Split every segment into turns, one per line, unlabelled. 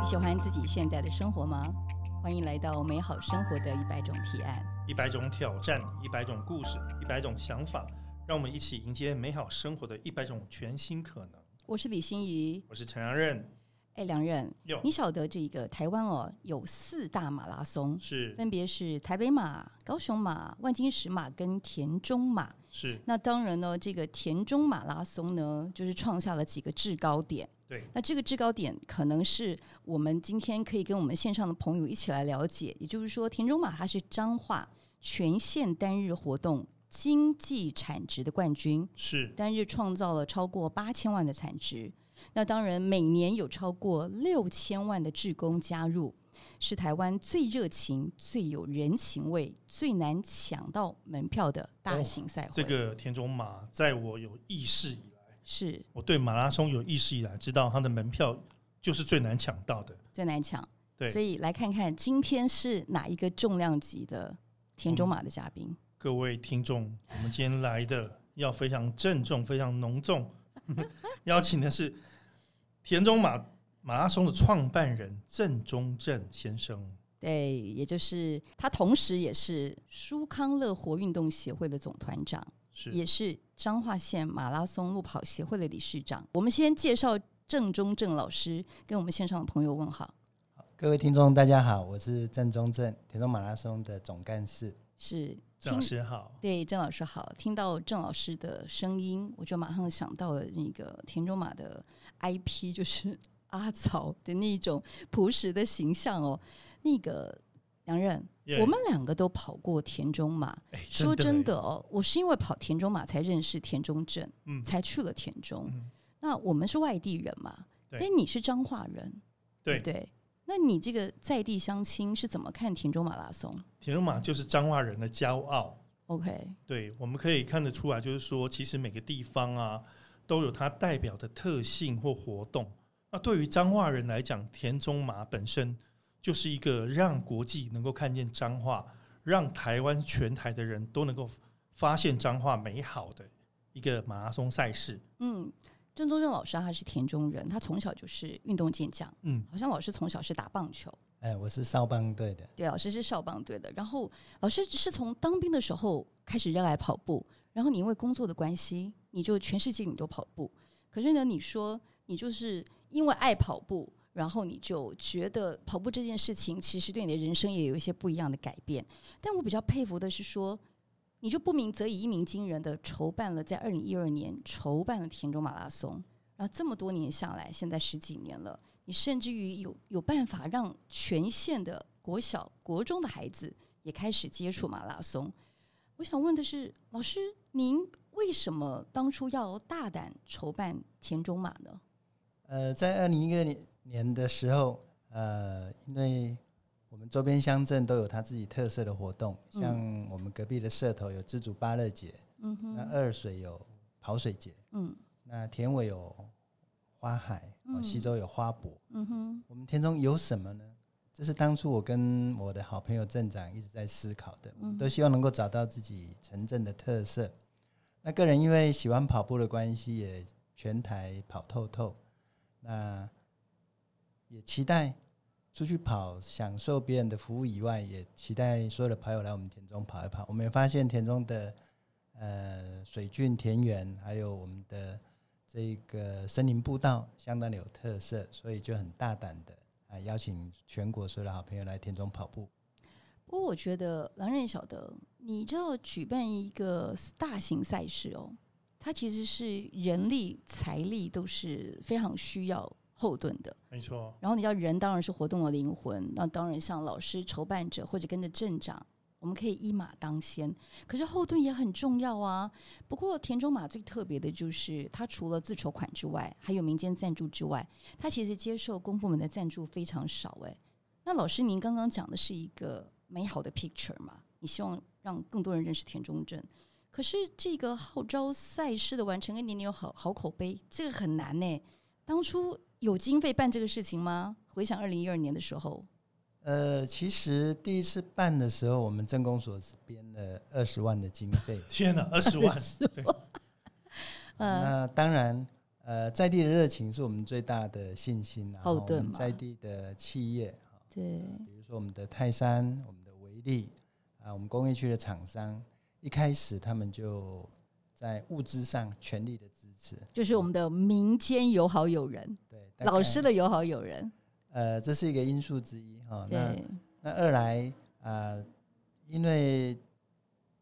你喜欢自己现在的生活吗？欢迎来到美好生活的一百种提案。
一百种挑战，一百种故事，一百种想法，让我们一起迎接美好生活的一百种全新可能。
我是李欣怡。
我是陈阳任，
哎，梁任
哟，
你晓得这个台湾哦有四大马拉松，
是
分别是台北马、高雄马、万金石马跟田中马。
是，
那当然呢，这个田中马拉松呢，就是创下了几个制高点。
对，
那这个制高点可能是我们今天可以跟我们线上的朋友一起来了解，也就是说，田中马它是彰化全县单日活动经济产值的冠军，
是
单日创造了超过八千万的产值。那当然，每年有超过六千万的志工加入，是台湾最热情、最有人情味、最难抢到门票的大型赛会。
哦这个田中马，在我有意识以来，
是
我对马拉松有意识以来，知道它的门票就是最难抢到的。
最难抢。
对
所以来看看今天是哪一个重量级的田中马的嘉宾。
各位听众，我们今天来的要非常郑重、非常隆重， 邀请的是田中马马拉松的创办人郑中正先生。
对，也就是他，同时也是舒康乐活运动协会的总团长，
是
也是彰化县马拉松路跑协会的理事长。我们先介绍郑中正老师，跟我们线上的朋友问好。
各位听众，大家好，我是郑中正，田中马拉松的总干事。
是
郑老师好，
对，郑老师好，听到郑老师的声音，我就马上想到了那个田中马的 IP，就是阿草的那种朴实的形象哦。那个梁任
耶
我们两个都跑过田中马。
哎
说真的
耶
哦，我是因为跑田中马才认识田中正，
嗯
才去了田中。
嗯
那我们是外地人嘛，
对
但你是彰化人，
对
不对？那你这个在地相亲是怎么看田中马拉松
田中马就是彰化人的骄傲。
？OK，
对，我们可以看得出来，就是说，其实每个地方啊，都有它代表的特性或活动。那对于彰化人来讲，田中马本身就是一个让国际能够看见彰化，让台湾全台的人都能够发现彰化美好的一个马拉松赛事。
嗯，郑宗正老师啊他是田中人，他从小就是运动健将，
嗯，
好像老师从小是打棒球，
哎，我是少棒队的，
对，老师是少棒队的。然后老师是从当兵的时候开始热爱跑步，然后你因为工作的关系，你就全世界你都跑步。可是呢，你说你就是因为爱跑步，然后你就觉得跑步这件事情其实对你的人生也有一些不一样的改变。但我比较佩服的是说。你就不鸣则已，一鸣惊人的筹办了，在二零一二年筹办了田中马拉松，然后这么多年下来，现在十几年了，你甚至于有有办法让全县的国小、国中的孩子也开始接触马拉松。我想问的是，老师，您为什么当初要大胆筹办田中马呢？
呃，在二零一二年年的时候，呃，因为我们周边乡镇都有它自己特色的活动，
嗯
像我们隔壁的社头有自主芭乐节，
嗯
那呃
哼，
二水有跑水节，
嗯
那田尾有花海，哦，
嗯
西周有花博。
嗯哼，
我们田中有什么呢？这是当初我跟我的好朋友镇长一直在思考的，我们都希望能够找到自己城镇的特色。那个人因为喜欢跑步的关系，也全台跑透透，那也期待出去跑，享受别人的服务以外，也期待所有的跑友来我们田中跑一跑。我们也发现田中的呃水郡田园，还有我们的这个森林步道相当的有特色，所以就很大胆的啊邀请全国所有的好朋友来田中跑步。
不过我觉得狼人也晓得，你知道举办一个大型赛事哦，它其实是人力、财力都是非常需要后盾的。
没错，
然后你知道人当然是活动的灵魂，那当然像老师、筹办者或者跟着镇长，我们可以一马当先。可是后盾也很重要啊。不过田中马最特别的就是，它除了自筹款之外，还有民间赞助之外，它其实接受公部门的赞助非常少、诶，那老师，您刚刚讲的是一个美好的 picture 嘛？你希望让更多人认识田中正。可是这个号召赛事的完成跟年年有好好口碑，这个很难呢、欸当初有经费办这个事情吗？回想二零一二年的时候，
呃，其实第一次办的时候，我们镇公所是编了二十万的经费，
天哪，二十万，对，
呃，
那当然，呃，呃，在地的热情是我们最大的信心啊。
后
我
盾
们
嘛
在地的企业，啊
对，
比如说我们的泰山、我们的维力啊，我们工业区的厂商，一开始他们就在物资上全力的支持。
就是我们的民间友好友人，
对大概
老师的友好友人，
呃，这是一个因素之一哈、那
对，
那二来啊、呃因为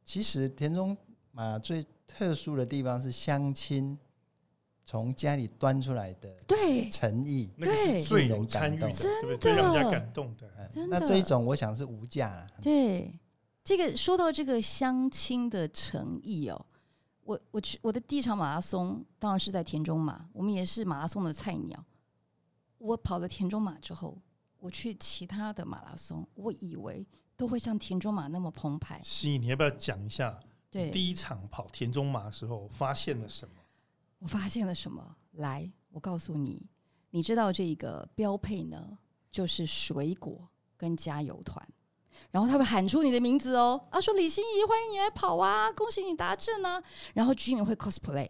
其实田中马最特殊的地方是乡亲从家里端出来的
对
诚意，
那个是
对
最有参与的，
令人感
对不对？最让人家感动的。
呃
真的
那这一种我想是无价了。
对，这个说到这个相亲的诚意哦，我我去我的第一场马拉松当然是在田中马，我们也是马拉松的菜鸟。我跑了田中马之后，我去其他的马拉松，我以为都会像田中马那么澎湃。
心怡，你要不要讲一下？
对，
第一场跑田中马的时候发现了什么？
我发现了什么？来，我告诉你，你知道这个标配呢，就是水果跟加油团。然后他会喊出你的名字哦，啊，说李欣怡，欢迎你来跑啊，恭喜你达阵啊。然后居民会 cosplay，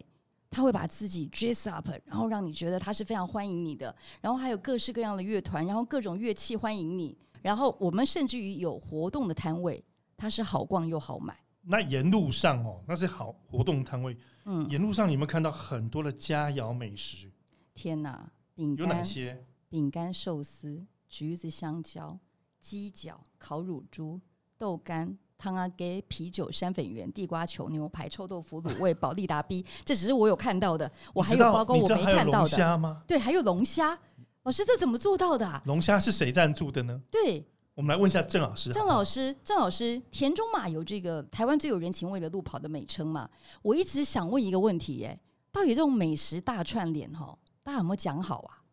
他会把自己 dress up，然后让你觉得他是非常欢迎你的。然后还有各式各样的乐团，然后各种乐器欢迎你。然后我们甚至于有活动的摊位，它是好逛又好买。
那沿路上哦，那是好活动摊位。
嗯，
沿路上你有没有看到很多的佳肴美食？
天哪，饼
有哪
干
些？
饼干、寿司、橘子、香蕉、鸡脚、烤乳猪、豆干、汤阿给、啤酒、山粉圆、地瓜球、牛排、臭豆腐、 卤味、保利达 B，这只是我有看到的，我还有
你知道
包括
你
我
知道
没
还有
看到
龙
的，
虾吗？
对，还有龙虾。老师，这怎么做到的、啊？
龙虾是谁赞助的呢？
对，
我们来问一下郑老师。
郑老师，郑老师，田中马有这个台湾最有人情味的路跑的美称嘛？我一直想问一个问题、耶，到底这种美食大串联哈，大家有没有讲好啊？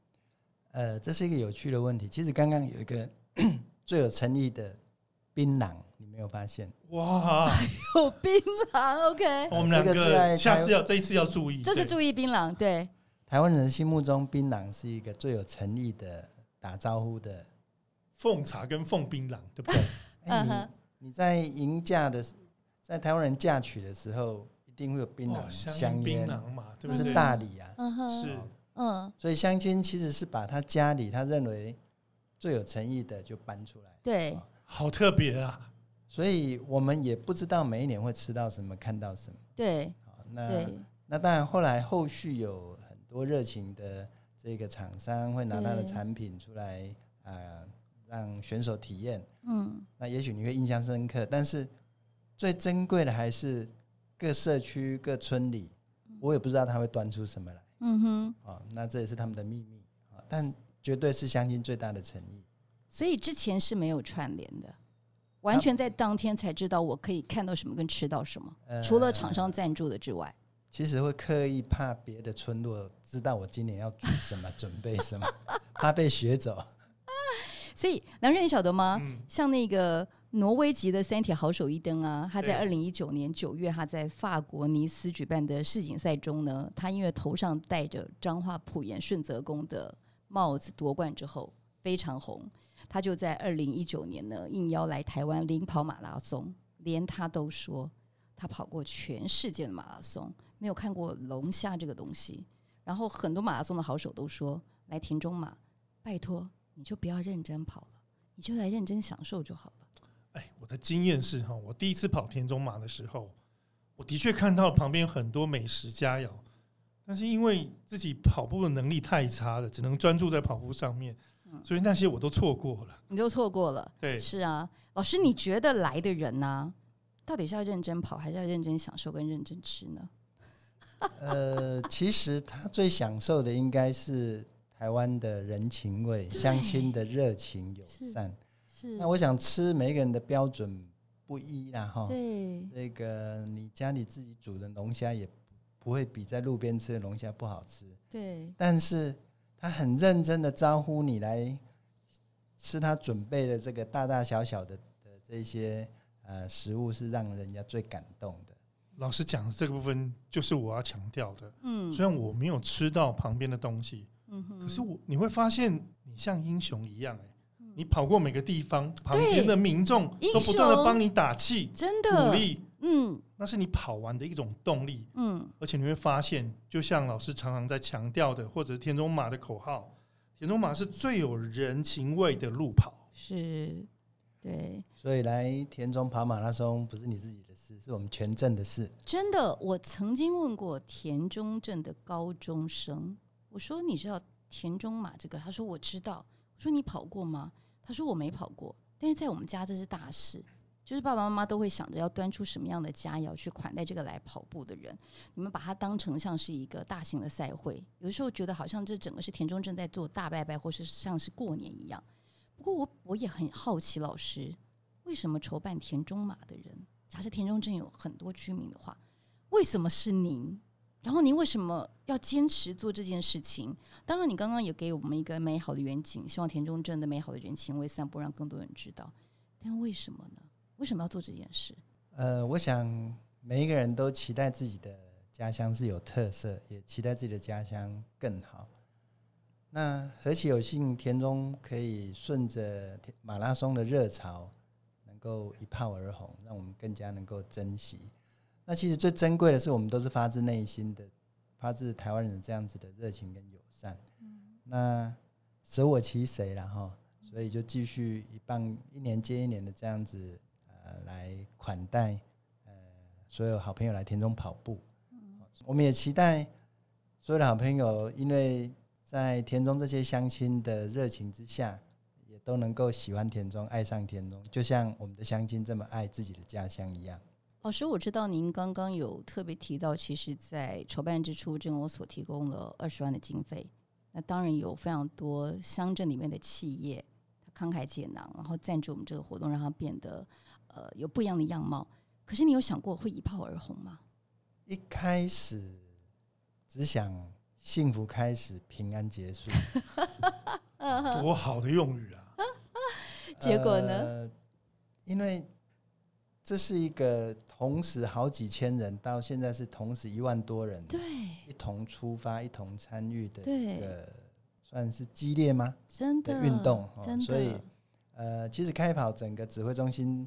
呃，这是一个有趣的问题。其实刚刚有一个 最有诚意的槟榔，你没有发现？
哇，
有槟榔，OK，
我们两
这个是
个
在
下
台
次要这一次要注意，
这是
对
注意槟榔，对。
台湾人心目中槟榔是一个最有诚意的打招呼的。
奉茶跟奉槟榔，对不对？
哎、
嗯哼
你你在迎嫁的时，在台湾人嫁娶的时候，一定会有槟榔、
哦
香
槟
烟，
榔嘛，对
这
不对？
是大礼啊。
嗯哼，
是
嗯，
所以相亲其实是把他家里他认为最有诚意的就搬出来。
对
哦，
好特别啊！
所以我们也不知道每一年会吃到什么，看到什么。
对，
好，那
对，
那当然，后来后续有很多热情的这个厂商会拿他的
对
产品出来啊、呃让选手体验。
嗯，
那也许你会印象深刻，但是最珍贵的还是各社区、各村里，我也不知道他会端出什么来
嗯哼。
啊、哦那这也是他们的秘密啊、哦但绝对是相信最大的诚意。
所以之前是没有串联的，完全在当天才知道我可以看到什么跟吃到什么，
呃
除了厂商，赞助的之外。
其实会刻意怕别的村落知道我今年要煮什么、准备什么， 怕被学走。
所以梁任你晓得吗？
嗯，
像那个挪威籍的三铁好手一登啊，他在二
对
零一九年九月，他在法国尼斯举办的世锦赛中呢，他因为头上戴着彰化普盐顺泽宫的帽子夺冠之后非常红，他就在二零一九年呢应邀来台湾领跑马拉松，连他都说他跑过全世界的马拉松，没有看过龙虾这个东西。然后很多马拉松的好手都说，来田中马，拜托你就不要认真跑了。你就来认真享受就好了。
哎，我的经验是哈，我第一次跑田中马的时候，我的确看到旁边有很多美食佳肴，但是因为自己跑步的能力太差了，只能专注在跑步上面，
嗯
所以那些我都错过了。
你就错过了。
对，
是啊，老师，你觉得来的人呢、到底是要认真跑，还是要认真享受跟认真吃呢？
呃，其实他最享受的应该是台湾的人情味、
对
相亲的热情、友
是
善。
是
那我想吃，每一个人的标准不一啦，哈。
对
这个你家里自己煮的龙虾也不会比在路边吃的龙虾不好吃，
对
但是他很认真的招呼你来吃他准备的这个大大小小的的这些呃食物，是让人家最感动的。
老师讲的这个部分就是我要强调的。
嗯
虽然我没有吃到旁边的东西，
嗯哼，
可是我你会发现，你像英雄一样、哎，你跑过每个地方，旁边的民众
英
都不断的
雄
帮你打气、
真
鼓
的
励，
嗯
那是你跑完的一种动力。
嗯
而且你会发现，就像老师常常在强调的，或者是田中马的口号，田中马是最有人情味的路跑。
是，对，
所以来田中跑马拉松不是你自己的事，是我们全镇的事。
真的，我曾经问过田中镇的高中生，我说你知道田中马这个？他说我知道。我说你跑过吗？他说我没跑过，但是在我们家这是大事，就是爸爸妈妈都会想着要端出什么样的佳肴去款待这个来跑步的人。你们把它当成像是一个大型的赛会，有时候觉得好像这整个是田中镇在做大拜拜，或是像是过年一样。不过我我也很好奇，老师为什么筹办田中马的人？假设田中镇有很多居民的话，为什么是您？然后您为什么要坚持做这件事情？当然，你刚刚也给我们一个美好的远景，希望田中镇的美好的人情味散播，让更多人知道。但为什么呢？为什么要做这件事？
呃，我想每一个人都期待自己的家乡是有特色，也期待自己的家乡更好。那何其有幸，田中可以顺着田马拉松的热潮，能够一炮而红，让我们更加能够珍惜。那其实最珍贵的是，我们都是发自内心的，发自台湾人的这样子的热情跟友善。那舍我其谁然后所以就继续一棒一年接一年的这样子呃来款待呃所有好朋友来田中跑步。我们也期待所有的好朋友，因为在田中这些乡亲的热情之下，也都能够喜欢田中，爱上田中，就像我们的乡亲这么爱自己的家乡一样。
老师，我知道您刚刚有特别提到，其实，在筹办之初，政府所提供了二十万的经费，那当然有非常多乡镇里面的企业，他慷慨解囊，然后赞助我们这个活动，让它变得呃有不一样的样貌。可是，你有想过会一炮而红吗？
一开始只想幸福开始，平安结束。
呃
多好的用语啊！
结果呢
呃因为这是一个同时好几千人，到现在是同时一万多人
对，
一同出发、一同参与的
对
一个，算是激烈吗？
真的
的运动哦
真的，
所以呃，其实开跑整个指挥中心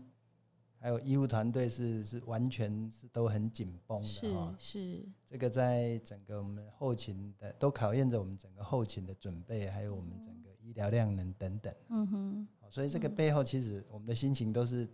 还有医务团队是是完全是都很紧绷的
是
哈、哦。
是，
这个在整个我们后勤的都考验着我们整个后勤的准备，还有我们整个医疗量能等等。
嗯哼，
哦所以这个
嗯
背后，其实我们的心情都是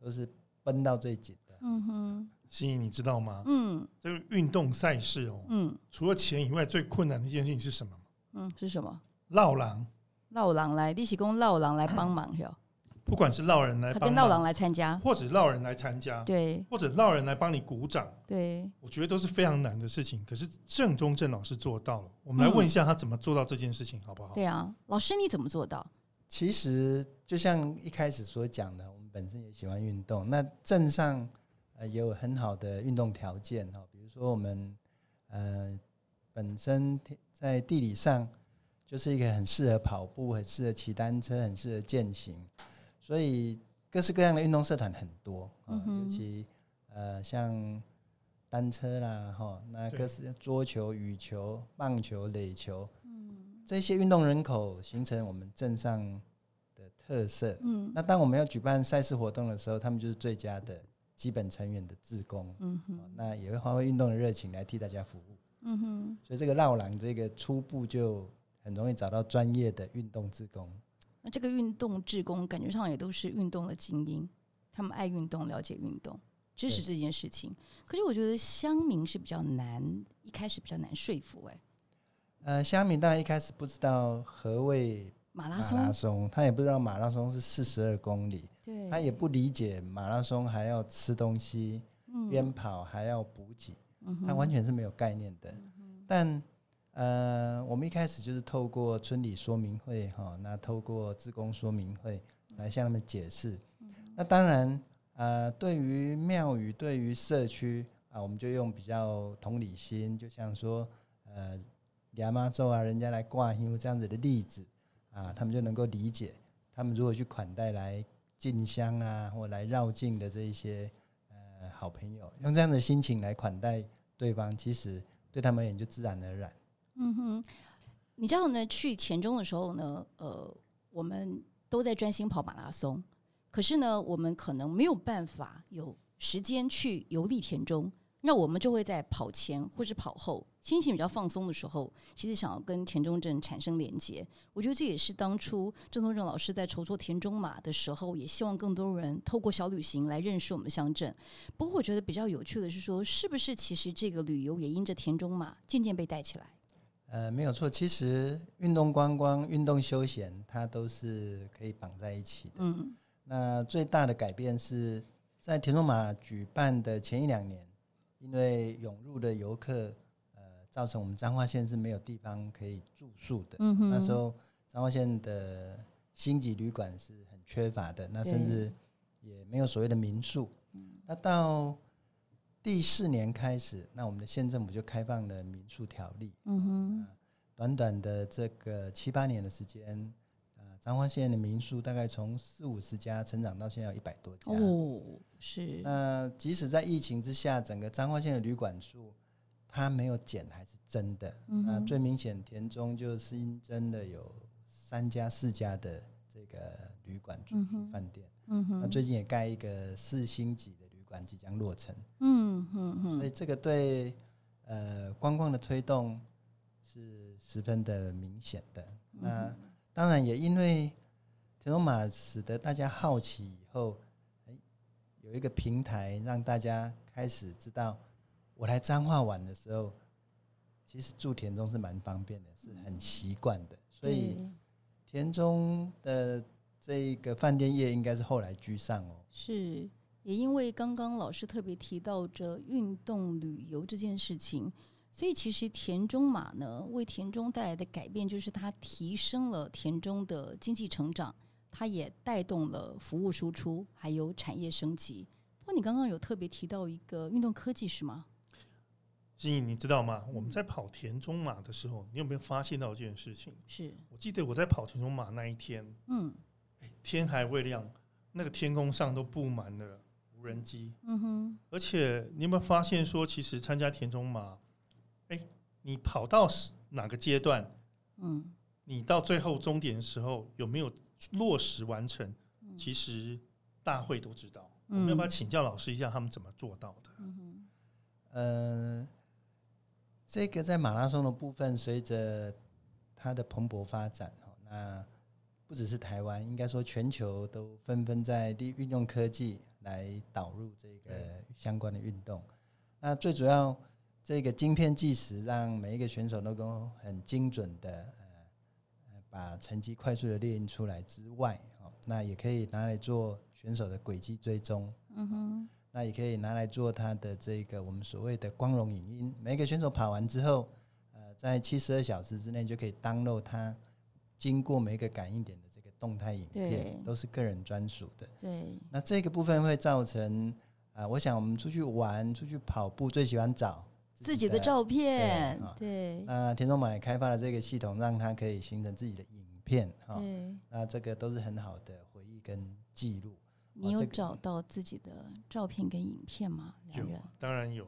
都是绷到最紧的。
嗯哼，
心怡，你知道吗？
嗯
这个运动赛事哦，
嗯
除了钱以外，最困难的一件事情是什么吗？
嗯，是什么？
绕狼，
绕狼来，你是讲绕狼来帮忙哟，
不管是绕人来
他啊
帮
跟绕狼
忙，
来参加，
或者绕人来参
啊
加，
对
或者绕人来帮你鼓掌，
对，
我觉得都是非常难的事情。可是郑中正老师做到了，我们来
嗯
问一下他怎么做到这件事情，好不好？
对啊，老师你怎么做到？
其实就像一开始所讲的，我们本身也喜欢运动，那镇上呃也有很好的运动条件哦，比如说我们呃本身天在地理上就是一个很适合跑步、很适合骑单车、很适合健行，所以各式各样的运动社团很多啊、
嗯哼
尤其呃像单车啦哈、那
对
各式桌球、羽球、棒球、垒球，
嗯
这些运动人口形成我们镇上的特色。
嗯
那当我们要举办赛事活动的时候，他们就是最佳的基本成员的志工，
嗯
哦
哼
那也会发挥运动的热情来替大家服务。
嗯哼，
所以这个绕廊这个初步就很容易找到专业的运动志工。
那这个运动志工感觉上也都是运动的精英，他们爱运动，了解运动，支持这件事情。可是我觉得乡民是比较难，一开始比较难说服、哎，
呃，虾米大家一开始不知道何谓
马
马
拉松，
拉松，他也不知道马拉松是四十二公里，
对，
他也不理解马拉松还要吃东西，边跑还要补给。
嗯哼，嗯
他完全是没有概念的。但呃，我们一开始就是透过村里说明会哈、那透过职工说明会
嗯
来向他们解释。那当然，呃，对于庙宇，对于社区啊，我们就用比较同理心，就像说呃，牙妈咒啊，人家来挂香这样子的例子啊，他们就能够理解。他们如何去款待来进香啊，或来绕境的这一些呃好朋友，用这样的心情来款待对方，其实对他们而言就自然而然。
嗯哼，你知道呢？去田中的时候呢，呃，我们都在专心跑马拉松，可是呢，我们可能没有办法有时间去游历田中，那我们就会在跑前或是跑后，心情比较放松的时候，其实想要跟田中正产生连接。我觉得这也是当初郑宗正老师在筹措田中马的时候，也希望更多人透过小旅行来认识我们的乡镇。不过我觉得比较有趣的是说，是不是其实这个旅游也因着田中马渐渐被带起来？
呃，没有错，其实运动观光、运动休闲，它都是可以绑在一起的。
嗯
那最大的改变是在田中马举办的前一两年，因为涌入的游客，呃，造成我们彰化县是没有地方可以住宿的。
嗯哼
那时候彰化县的星级旅馆是很缺乏的，那甚至也没有所谓的民宿。
嗯
那到第四年开始，那我们的县政府就开放了民宿条例。
嗯哼
短短的这个七八年的时间，呃，彰化县的民宿大概从四五十家成长到现在有一百多家。
哦是
啊那呃即使在疫情之下，整个彰化县的旅馆数它没有减还是增的。
嗯
那
哼
最明显，田中就新增了有三家四家的这个旅馆住
嗯
宿
哼
饭店。
嗯
那
哼
最近也盖一个四星级的旅馆即将落成，
嗯哼
所以
哼
这个对呃观光的推动是十分的明显的。
嗯
那当然也因为田中马使得大家好奇以后，哎，有一个平台让大家开始知道，我来彰化玩的时候，其实住田中是蛮方便的，是很习惯的。所以
对
田中的这个饭店业应该是后来居上哦。
是，也因为刚刚老师特别提到这运动旅游这件事情，所以其实田中马呢为田中带来的改变就是它提升了田中的经济成长，它也带动了服务输出，还有产业升级。不过你刚刚有特别提到一个运动科技是吗？
心怡，你知道吗？
嗯
我们在跑田中马的时候，你有没有发现到这件事情？
是，
我记得我在跑田中马那一天，
嗯
天还未亮，那个天空上都布满了无人机。
嗯哼，
而且你有没有发现说，其实参加田中马，哎、你跑到哪个阶段，
嗯
你到最后终点的时候有没有落实完成，其实大会都知道。我们要不要
嗯
请教老师一下，他们怎么做到的？
嗯哼，
呃，这个在马拉松的部分，随着它的蓬勃发展哦，那不只是台湾，应该说全球都纷纷在利运用科技来导入这个相关的运动。那最主要，这个晶片计时让每一个选手都够很精准的呃呃把成绩快速的列印出来之外，哦，那也可以拿来做选手的轨迹追踪。
嗯哼，
那也可以拿来做它的这个我们所谓的光荣影音。每一个选手跑完之后，呃，在七十二小时之内就可以 download 它经过每一个感应点的这个动态影
对
片，都是个人专属的。
对，
那这个部分会造成啊、呃我想我们出去玩、出去跑步最喜欢找
自己的。照片，
啊
对
那田中马也开发了这个系统，让它可以形成自己的影片哈、
对，
那这个都是很好的回忆跟记录。
你
哦
有
这个
找到自己的照片跟影片吗？两
有
人。，
当然有。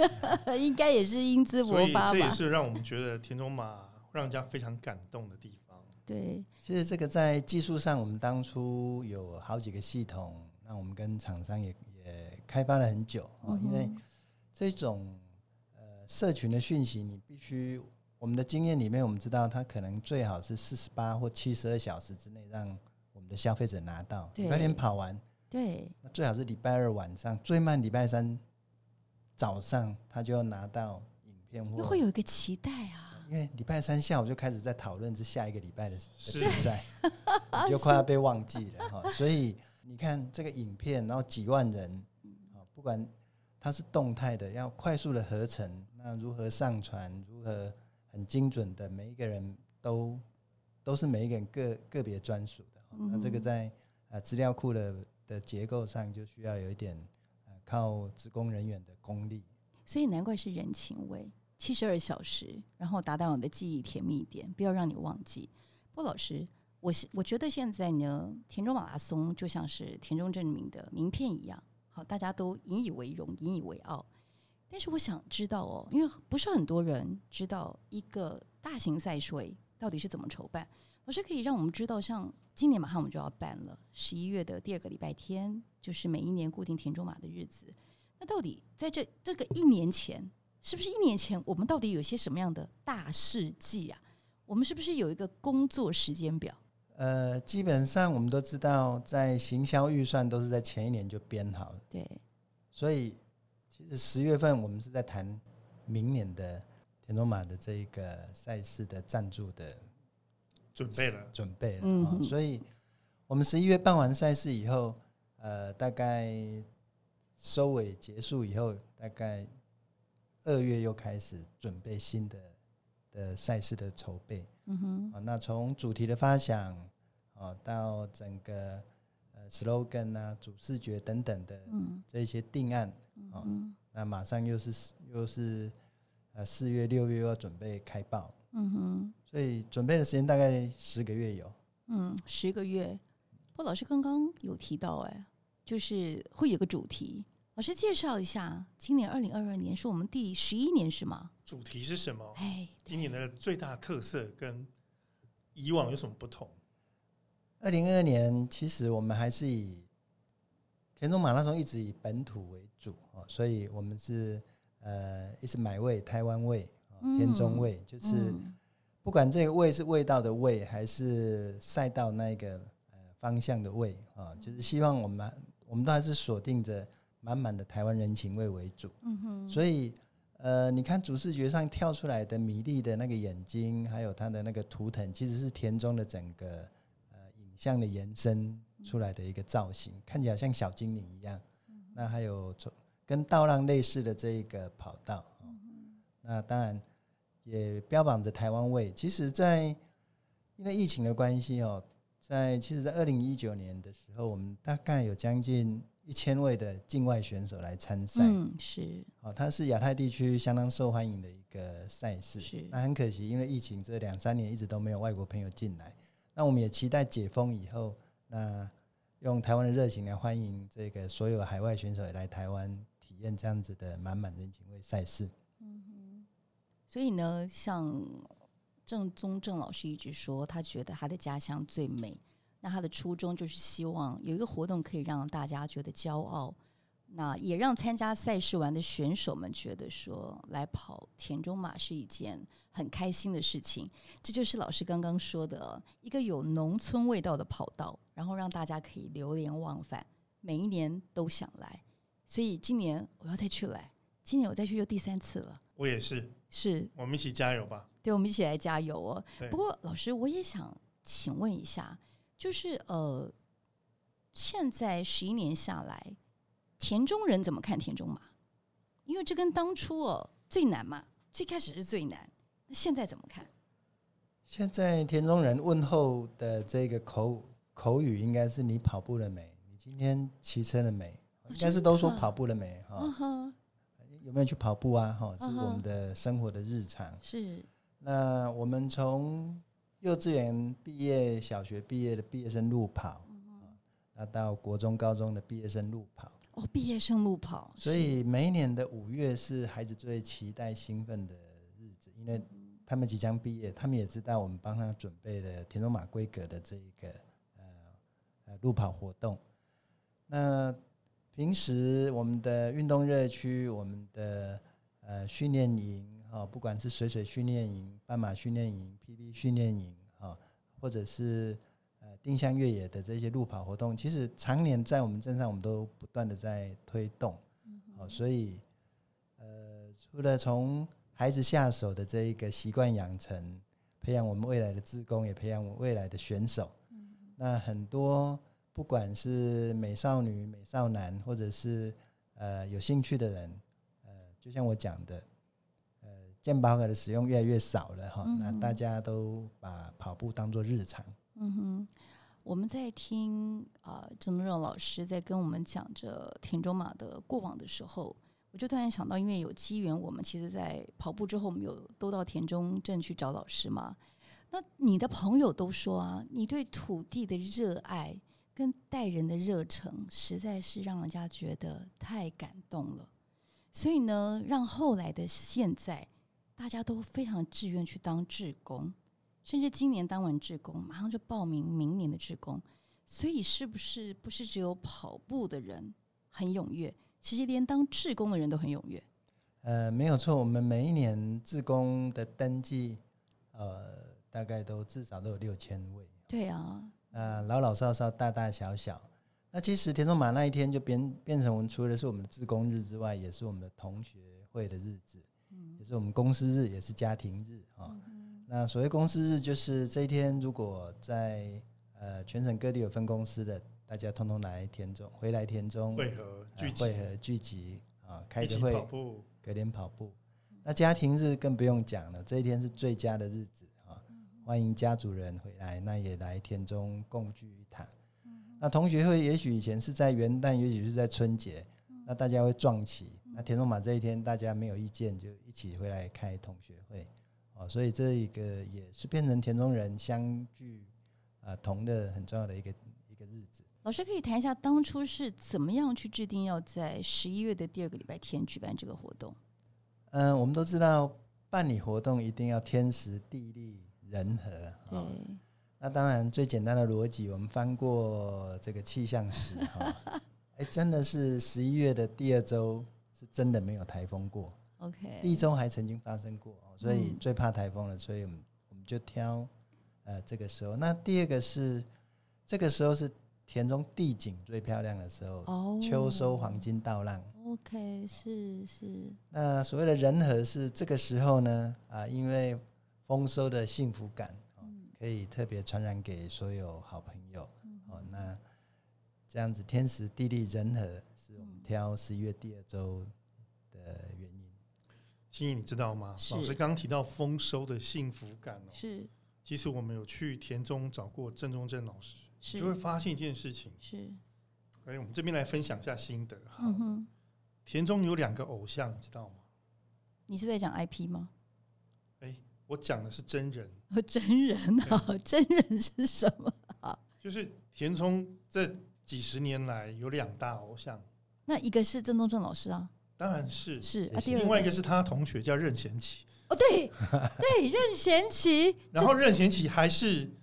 应该也是英姿
所
勃
以
发
这也
吧？
是让我们觉得田中马让人家非常感动的地方。
对，
其实这个在技术上，我们当初有好几个系统，那我们跟厂商也也开发了很久啊、哦
嗯
因为
哼
这种呃社群的讯息，你必须我们的经验里面，我们知道它可能最好是四十八或七十二小时之内让我们的消费者拿到，
对
礼拜天跑完，
对，
那最好是礼拜二晚上，最慢礼拜三早上他就要拿到影片
又
或
会有一个期待啊。
因为礼拜三下午就开始在讨论这下一个礼拜的
是
的比赛，你就快要被忘记了哈。所以你看这个影片，然后几万人，啊，不管它是动态的，要快速的合成，那如何上传，如何很精准的，每一个人都都是每一个人个个别专属的哈。那这个
嗯
在啊资料库的的结构上，就需要有一点呃靠职工人员的功力。
所以难怪是人情味，七十二小时，然后达到你的记忆甜蜜一点，不要让你忘记。不过老师，我是我觉得现在呢，田中马拉松就像是田中正明的名片一样，好，大家都引以为荣，引以为傲。但是我想知道哦，因为不是很多人知道一个大型赛事到底是怎么筹办。老师可以让我们知道，像今年马上我们就要办了，十一月的第二个礼拜天就是每一年固定田中马的日子。那到底在这这个一年前，是不是一年前我们到底有些什么样的大事迹啊？我们是不是有一个工作时间表？
呃，基本上我们都知道，在行销预算都是在前一年就编好了，
对，
所以其实十月份我们是在谈明年的田中马的这一个赛事的赞助的
准备了，
准备了、
嗯
哦
哼
所以我们十一月办完赛事以后，呃，大概收尾结束以后，大概二月又开始准备新的的赛事的筹备
嗯哼，
啊、哦那从主题的发想啊、哦到整个呃 slogan 啊、主视觉等等的
嗯
这一些定案，哦
嗯
那马上又是又是呃四月、六月又要准备开报，
嗯哼，
所以准备的时间大概十个月有。
嗯，十个月。不过老师刚刚有提到、哎，就是会有个主题。老师介绍一下，今年二零二二年是我们第十一年，是吗？
主题是什
哦
么？
哎，
今年的最大特色跟以往有什么不同？
二零二二年，其实我们还是以田中马拉松一直以本土为主哦，所以我们是呃一直买味台湾味、哦
嗯
田中味，就是
嗯
不管这个味是味道的味，还是赛道那个呃方向的味啊、哦就是希望我们我们都还是锁定着满满的台湾人情味为主。
嗯哼，
所以呃，你看主视觉上跳出来的米粒的那个眼睛，还有它的那个图腾，其实是田中的整个呃影像的延伸出来的一个造型，看起来像小精灵一样。那还有从跟道浪类似的这一个跑道，哦那当然也标榜着台湾味。其实在，因为疫情的关系哦，在其实，在二零一九年的时候，我们大概有将近一千位的境外选手来参赛。
嗯是
哦，它是亚太地区相当受欢迎的一个赛事。
是
那很可惜，因为疫情这两三年一直都没有外国朋友进来。那我们也期待解封以后，那用台湾的热情来欢迎这个所有海外选手来台湾体验这样子的满满人情味赛事。
所以呢，像郑宗正老师一直说，他觉得他的家乡最美。那他的初衷就是希望有一个活动可以让大家觉得骄傲，那也让参加赛事完的选手们觉得说，来跑田中马是一件很开心的事情。这就是老师刚刚说的一个有农村味道的跑道，然后让大家可以流连忘返，每一年都想来。所以今年我要再去来，今年我再去就第三次了。
我也是，
是
我们一起加油吧！
对，我们一起来加油哦
对。
不过老师，我也想请问一下，就是呃，现在十一年下来，田中人怎么看田中马？因为这跟当初哦最难嘛，最开始是最难，那现在怎么看？
现在田中人问候的这个口口语应该是你跑步了没？你今天骑车了没？
哦
应该是
真
都
的
说
啊
跑步了没哈、
嗯哼，
有没有去跑步啊？哈、是
嗯
我
哼
们的生活的日常。
是，
那我们从幼稚园毕业、小学毕业的毕业生路跑，啊那到国中、高中的毕业生路跑，
哦，毕业生路跑，
所
是
以每一年的五月是孩子最期待、兴奋的日子，因为他们即将毕业，他们也知道我们帮他准备了田中马规格的这一个呃呃路跑活动。那平时我们的运动热区，我们的呃训练营哈、哦，不管是水水训练营、半马训练营、PB 训练营哈、哦，或者是呃定向越野的这些路跑活动，其实常年在我们镇上，我们都不断的在推动。哦，所以呃，除了从孩子下手的这一个习惯养成，培养我们未来的志工，也培养我们未来的选手。那很多不管是美少女、美少男，或者是呃有兴趣的人，呃，就像我讲的，呃，健保卡的使用越来越少了哈、
嗯
那大家都把跑步当做日常。
嗯哼，我们在听啊郑东正老师在跟我们讲着田中马的过往的时候，我就突然想到，因为有机缘，我们其实，在跑步之后，我们有都到田中镇去找老师嘛。那你的朋友都说啊，你对土地的热爱跟待人的热忱，实在是让人家觉得太感动了。所以呢，让后来的现在，大家都非常志愿去当志工。甚至今年当完志工，马上就报名明年的志工。所以，是不是不是只有跑步的人很踊跃？其实连当志工的人都很踊跃。
呃，没有错，我们每一年志工的登记，呃，大概都至少都有六千位，
对啊，
呃，老老少少，大大小小。那其实田中马那一天就变变成我们除了是我们的志工日之外，也是我们的同学会的日子，也是我们公司日，也是家庭日啊、那所谓公司日，就是这一天如果在呃全省各地有分公司的，大家通通来田中，回来田中
汇合
呃
聚集，
会合聚集啊，开
一
个
起
会
跑步，
隔天跑步。那家庭日更不用讲了，这一天是最佳的日子啊！欢迎家族人回来，那也来田中共聚一堂。那同学会也许以前是在元旦，也许是在春节，那大家会撞齐。那田中马这一天大家没有意见，就一起回来开同学会哦。所以这一个也是变成田中人相聚啊、同的很重要的一个一个日子。
老师可以谈一下当初是怎么样去制定要在十一月的第二个礼拜天举办这个活动？
嗯，我们都知道办理活动一定要天时地利人和啊、
对，
那当然，最简单的逻辑，我们翻过这个气 象史哈，哎、真的是十一月的第二周是真的没有台风过，第
OK，
一周还曾经发生过，哦所以
嗯
最怕台风了，所以我们我们就挑呃这个时候。那第二个是这个时候是田中地景最漂亮的时候，
哦
秋收黄金稻浪。
，OK，是是，
那所谓的人和是这个时候呢，啊，因为丰收的幸福感，哦、可以特别传染给所有好朋友。哦，那这样子天时地利人和是我们挑十一月第二周的原因。
心怡，你知道吗？
是
老师刚刚提到丰收的幸福感哦，
是
其实我们有去田中找过郑中正老师，
是
就会发现一件事情。
是，
哎，我们这边来分享一下心得。好，
嗯哼，
田中有两个偶像，你知道吗？
你是在讲 IP 吗？
我讲的是真人，
哦，真人啊， 真人是什么？
就是田中这几十年来有两大偶像，
那一个是郑东正老师啊，
当然是
是啊，
谢谢
第二
另外一个是他同学叫任贤齐，
哦，对对， 任贤齐，
然后任贤齐还是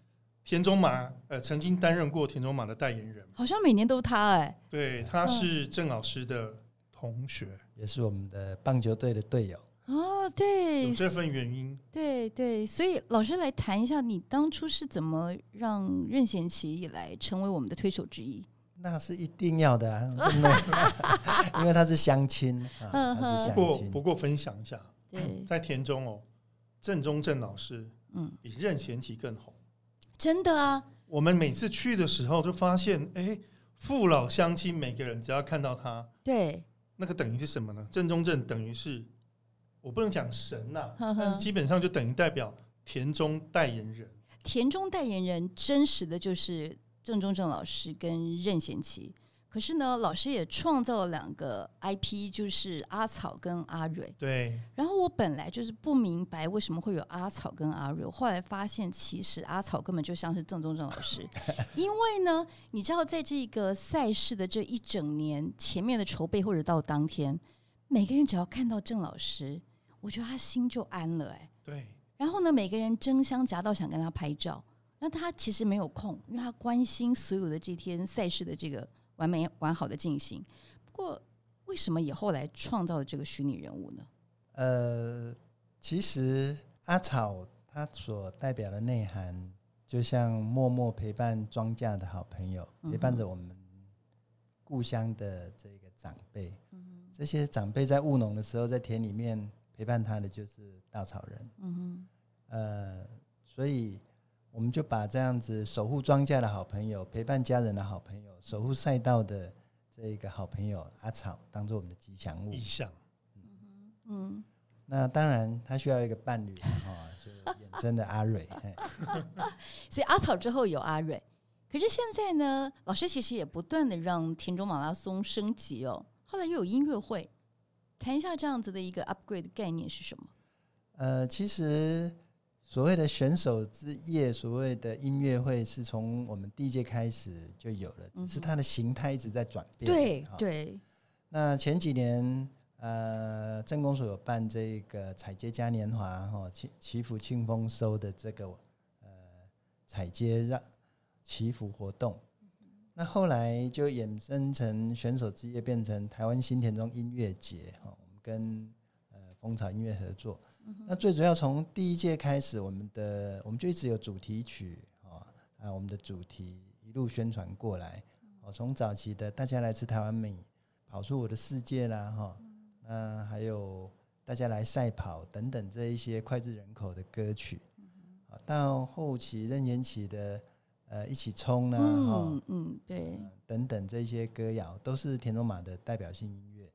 田中马呃曾经担任过田中马的代言人，
好像每年都他哎、
对，他是郑老师的同学，
也是我们的棒球队的队友。
哦，对
有，这份原因。
对对，所以老师来谈一下，你当初是怎么让任贤齐也来成为我们的推手之一？
那是一定要的、啊， 对不对因为 他是相亲啊，
嗯
他
不
是相
过
亲
不。过分享一下，
对，
在田中哦，郑中正老师
嗯，
比任贤齐更红。
真的啊，
我们每次去的时候就发现，哎，父老乡亲，每个人只要看到他，
对，
那个等于是什么呢？郑中正等于是，我不能讲神呐、
呵呵
但是基本上就等于代表田中代言人。
田中代言人真实的就是郑中正老师跟任贤齐，可是呢，老师也创造了两个 IP，就是阿草跟阿蕊。
对，
然后我本来就是不明白为什么会有阿草跟阿瑞，我后来发现其实阿草根本就像是郑中正老师，因为呢，你知道在这个赛事的这一整年前面的筹备或者到当天，每个人只要看到郑老师，我觉得他心就安了哎、
对，
然后呢，每个人争相夹道想跟他拍照，那他其实没有空，因为他关心所有的这天赛事的这个完美完好的进行。不过，为什么也后来创造了这个虚拟人物呢？
呃，其实阿草它所代表的内涵，就像默默陪伴庄稼的好朋友，
嗯
陪伴着我们故乡的这个长辈。
嗯
这些长辈在务农的时候，在田里面陪伴他的就是稻草人。
嗯哼，
呃，所以我们就把这样子守护庄稼的好朋友、陪伴家人的好朋友、守护赛道的这一个好朋友阿草，当做我们的吉祥物
意。象。
嗯，
那当然，他需要一个伴侣哦，就衍生的阿蕊。嘿
所以阿草之后有阿蕊，可是现在呢，老师其实也不断的让田中马拉松升级哦，后来又有音乐会，谈一下这样子的一个 upgrade 的概念是什么？
呃，其实所谓的选手之夜，所谓的音乐会，是从我们第一届开始就有了，只是它的形态一直在转
嗯
变。
对
哈
对，
那前几年，呃，镇公所有办这个“彩街嘉年华”哈、哦，祈祈福庆丰收的这个踩街让祈福活动。那后来就衍生成选手之夜，变成台湾新田中音乐节哈，我们跟呃蜂巢音乐合作。那最主要从第一届开始，我们的我们就一直有主题曲啊啊，我们的主题一路宣传过来。哦，从早期的大家来吃台湾米，跑出我的世界啦哈，那还有大家来赛跑等等这一些脍炙人口的歌曲。啊，到后期任贤齐的呃一起冲啦哈。
嗯嗯，对，
呃等等这些歌谣，都是田中马的代表性音乐。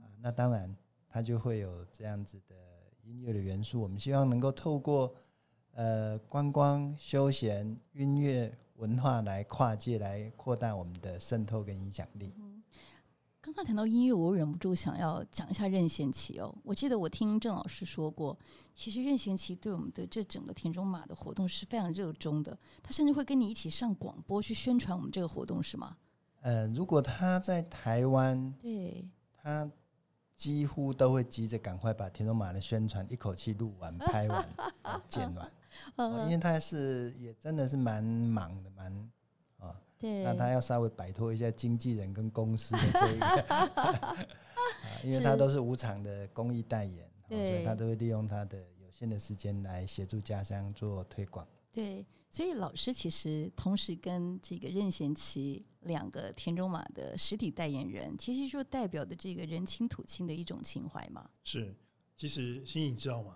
啊，那当然，它就会有这样子的音乐的元素。我们希望能够透过呃观光、休闲、音乐、文化来跨界，来扩大我们的渗透跟影响力。
刚刚谈到音乐，我忍不住想要讲一下任贤齐哦。我记得我听郑老师说过，其实任贤齐对我们的这整个田中马的活动是非常热衷的，他甚至会跟你一起上广播去宣传我们这个活动，是吗？
呃，如果他在台湾，
对，
他几乎都会急着赶快把田中马的宣传一口气录完、拍完、啊剪完，
呃
哦因为他是也真的是蛮忙的，蛮啊。
对，
那他要稍微摆脱一下经纪人跟公司的 这一个，啊因为他
是
都是无偿的公益代言，哦所
对
以他都会利用他的有限的时间来协助家乡做推广。
对，所以老师其实同时跟这个任贤齐两个田中马的实体代言人，其实就代表的这个人亲土亲的一种情怀嘛。
是，其实心怡你知道吗？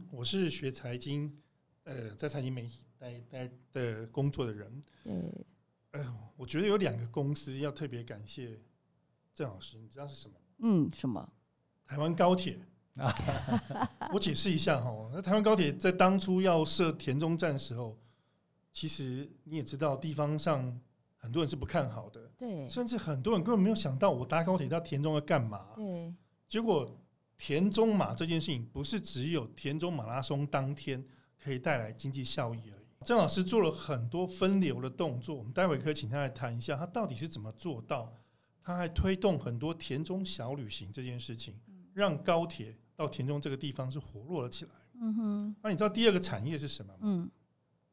我是学财经，呃，在财经媒体待待的工作的人，
对，
我觉得有两个公司要特别感谢郑老师，你知道是什么吗？
嗯，什么？
台湾高铁。我解释一下哈，那台湾高铁在当初要设田中站的时候，其实你也知道，地方上很多人是不看好的，
对，
甚至很多人根本没有想到我搭高铁到田中要干嘛。
对，
结果田中马这件事情不是只有田中马拉松当天可以带来经济效益而已。郑老师做了很多分流的动作，我们待会可以请他来谈一下，他到底是怎么做到？他还推动很多田中小旅行这件事情，让高铁到田中这个地方是活络了起来。
嗯哼，
那你知道第二个产业是什么吗？
嗯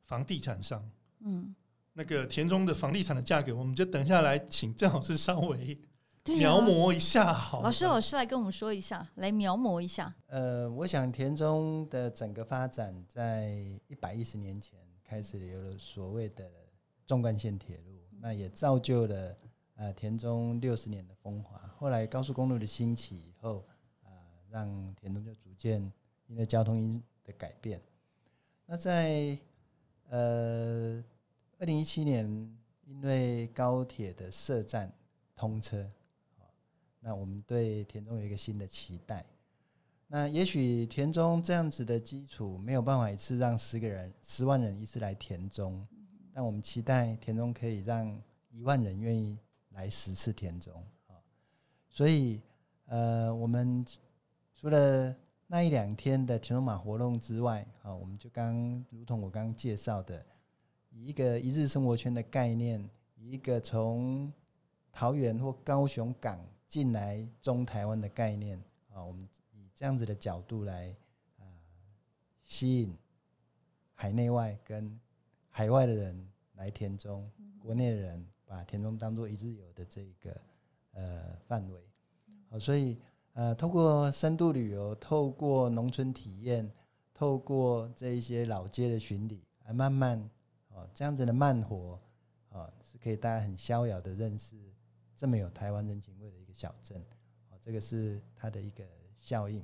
房地产商。
嗯，
那个田中的房地产的价格，我们就等下来请郑老师稍微
对、啊
描。摹一下好了。
哎老师，老师来跟我们说一下，来描摹一下。
呃，我想田中的整个发展在一百一十年前开始有了所谓的纵贯线铁路，那也造就了呃田中六十年的风华。后来高速公路的兴起以后，啊、让田中就逐渐因为交通因的改变。那在呃二零一七年，因为高铁的设站通车，哦那我们对田中有一个新的期待。那也许田中这样子的基础没有办法一次让十个人、十万人一次来田中，但我们期待田中可以让一万人愿意来十次田中啊。所以，呃，我们除了那一两天的田中马活动之外，啊，我们就刚如同我刚刚介绍的，以一个一日生活圈的概念，以一个从桃园或高雄港进来中台湾的概念啊，我们以这样子的角度来啊、吸引海内外跟海外的人来田中，国内人把田中当做一日游的这个呃范围，好、所以呃，透过深度旅游，透过农村体验，透过这一些老街的巡礼，啊，慢慢哦这样子的慢活，哦是可以大家很逍遥的认识这么有台湾人情味的一个小镇，哦这个是它的一个效应。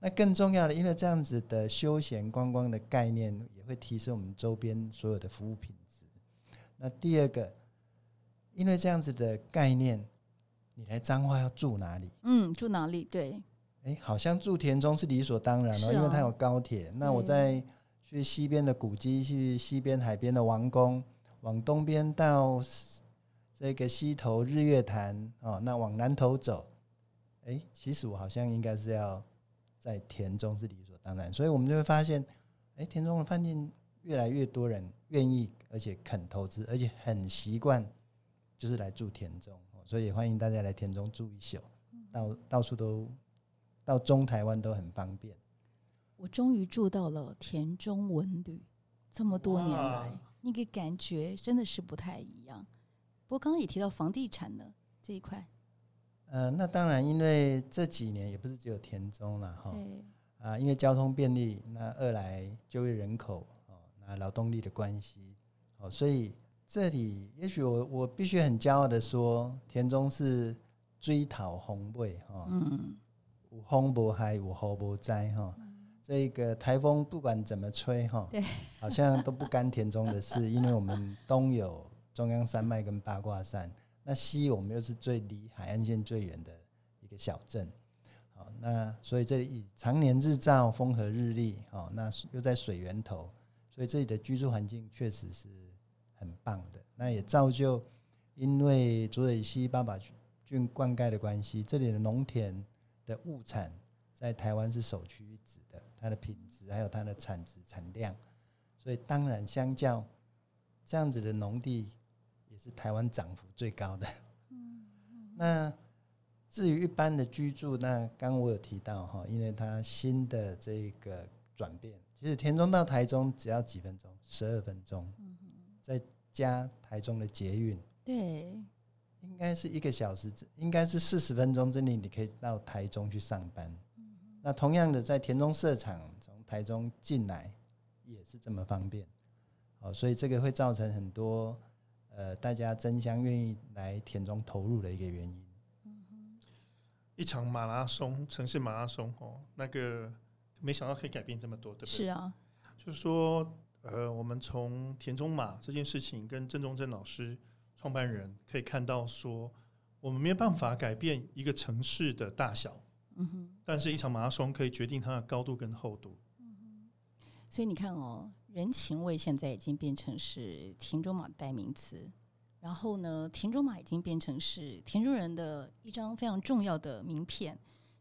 那更重要的，因为这样子的休闲观光的概念，也会提升我们周边所有的服务品质。那第二个，因为这样子的概念，你来彰化要住哪里？
嗯，住哪里？对，
哎，好像住田中是理所当然
是
哦，
啊
因为它有高铁。那我
对
再去西边的古迹，去西边海边的王宫，往东边到这个西头日月潭哦，那往南头走，哎，其实我好像应该是要在田中是理所当然，所以我们就会发现，哎，田中的饭店越来越多人愿意而且肯投资，而且很习惯就是来住田中，哦所以也欢迎大家来田中住一宿，到到处都到中台湾都很方便。
我终于住到了田中文旅，这么多年
哇
来，那个感觉真的是不太一样。不过刚刚也提到房地产的这一块，
呃，那当然，因为这几年也不是只有田中了
哦
哈，
对，
啊，因为交通便利，那二来就业人口哦，那劳动力的关系哦，所以这里也许我我必须很骄傲的说，田中是追讨红卫
啊
哈，
嗯，
有风无害，有雨无灾哈。这个台风不管怎么吹哈
对，
好像都不干田中的事，因为我们东有中央山脉跟八卦山，那西我们又是最离海岸线最远的一个小镇。好，那所以这里常年日照，风和日丽，哦，那又在水源头，所以这里的居住环境确实是很棒的。那也造就因为竹水溪八宝郡灌溉的关系，这里的农田的物产在台湾是首屈一指的，它的品质还有它的产值产量，所以当然相较这样子的农地，也是台湾涨幅最高的。 那至于一般的居住，那刚我有提到哈，因为它新的这个转变，其实田中到台中只要几分钟，十二分钟，再加台中的捷运，
对，
应该是一个小时之，应该是四十分钟之内，你可以到台中去上班。那同样的，在田中设厂从台中进来也是这么方便，哦，所以这个会造成很多呃大家争相愿意来田中投入的一个原因。
一场马拉松，城市马拉松哦，那个没想到可以改变这么多，对不对？
是啊，
就是说，呃，我们从田中马这件事情跟郑中正老师创办人可以看到说，我们没有办法改变一个城市的大小，
嗯哼。
但是一场马拉松可以决定它的高度跟厚度。
所以你看哦，人情味现在已经变成是田中马的代名词，然后呢，田中马已经变成是田中人的一张非常重要的名片。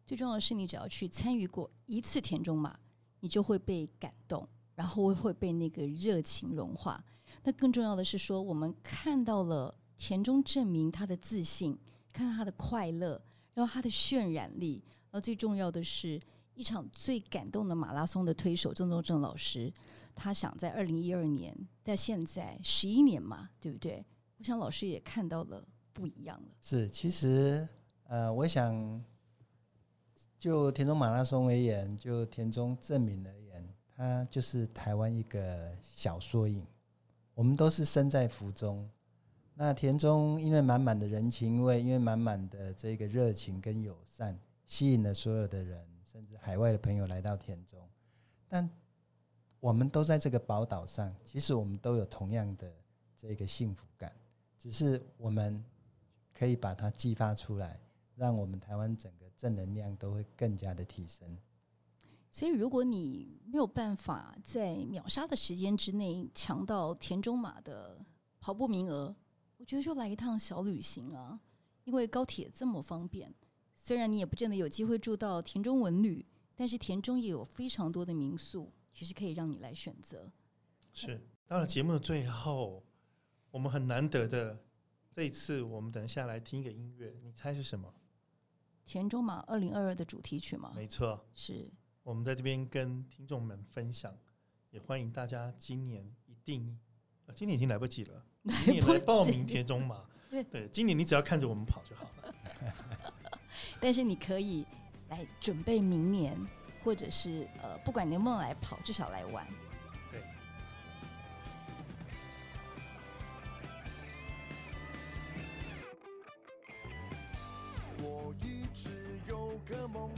最重要的是，你只要去参与过一次田中马，你就会被感动，然后会被那个热情融化。那更重要的是说，我们看到了田中证明他的自信，看到他的快乐，然后他的渲染力，然后最重要的是，一场最感动的马拉松的推手郑宗正老师，他想在二零一二年，到现在十一年嘛，对不对？我想老师也看到了不一样了。
是，其实呃，我想就田中马拉松而言，就田中正明而言，它就是台湾一个小缩影。我们都是身在福中。那田中因为满满的人情味，因为满满的这个热情跟友善，吸引了所有的人，甚至海外的朋友来到田中。但我们都在这个宝岛上，其实我们都有同样的这个幸福感，只是我们可以把它激发出来，让我们台湾整个正能量都会更加的提升。
所以，如果你没有办法在秒杀的时间之内抢到田中马的跑步名额，我觉得就来一趟小旅行啊，因为高铁这么方便。虽然你也不见得有机会住到田中文旅，但是田中也有非常多的民宿，其实可以让你来选择。
是，到了节目的最后，我们很难得的，这一次我们等一下来听一个音乐，你猜是什么？
田中马二零二二的主题曲吗？
没错，
是，
我们在这边跟听众们分享，也欢迎大家今年一定，呃，今年已经来不及 了，今年来报名田中马。
对
对，今年你只要看着我们跑就好了。
但是你可以来准备明年，或者是呃，不管你能不能来跑，至少来玩。
我一直有个梦，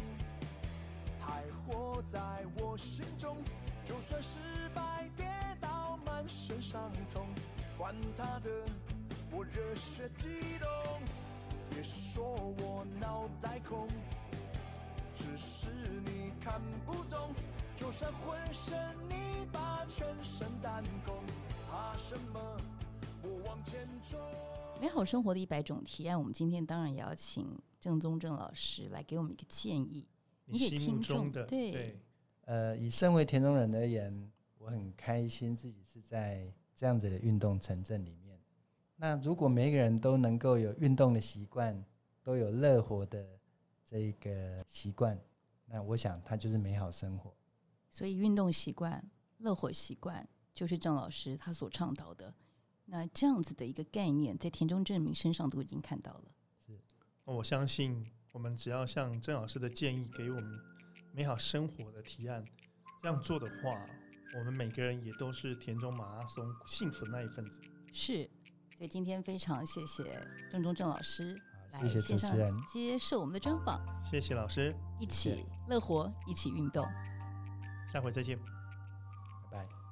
还活在我心中。就算失败跌倒，满身伤痛，管他的，我热血激动。别说我脑袋空，只是你看不懂。就算浑身泥巴，全身弹弓，怕什么？我往前冲。
美好生活的一百种提案，我们今天当然也要请郑宗正老师来给我们一个建议。你给
心目
听
中
众
的
对
呃，以身为田中人而言，我很开心自己是在这样子的运动城镇里面。那如果每一个人都能够有运动的习惯，都有乐活的这个习惯，那我想它就是美好生活。
所以运动习惯、乐活习惯就是郑老师他所倡导的。那这样子的一个概念，在田中正明身上都已经看到了。
我相信我们只要像郑老师的建议，给我们美好生活的提案，这样做的话，我们每个人也都是田中马拉松幸福的那一份子。
是，所以今天非常谢谢郑中正老师
好
来
谢谢
线
主
上
持人，
接受我们的专访，
谢谢老师，
一
谢
起乐活，一起运动。
下回再见。
拜拜。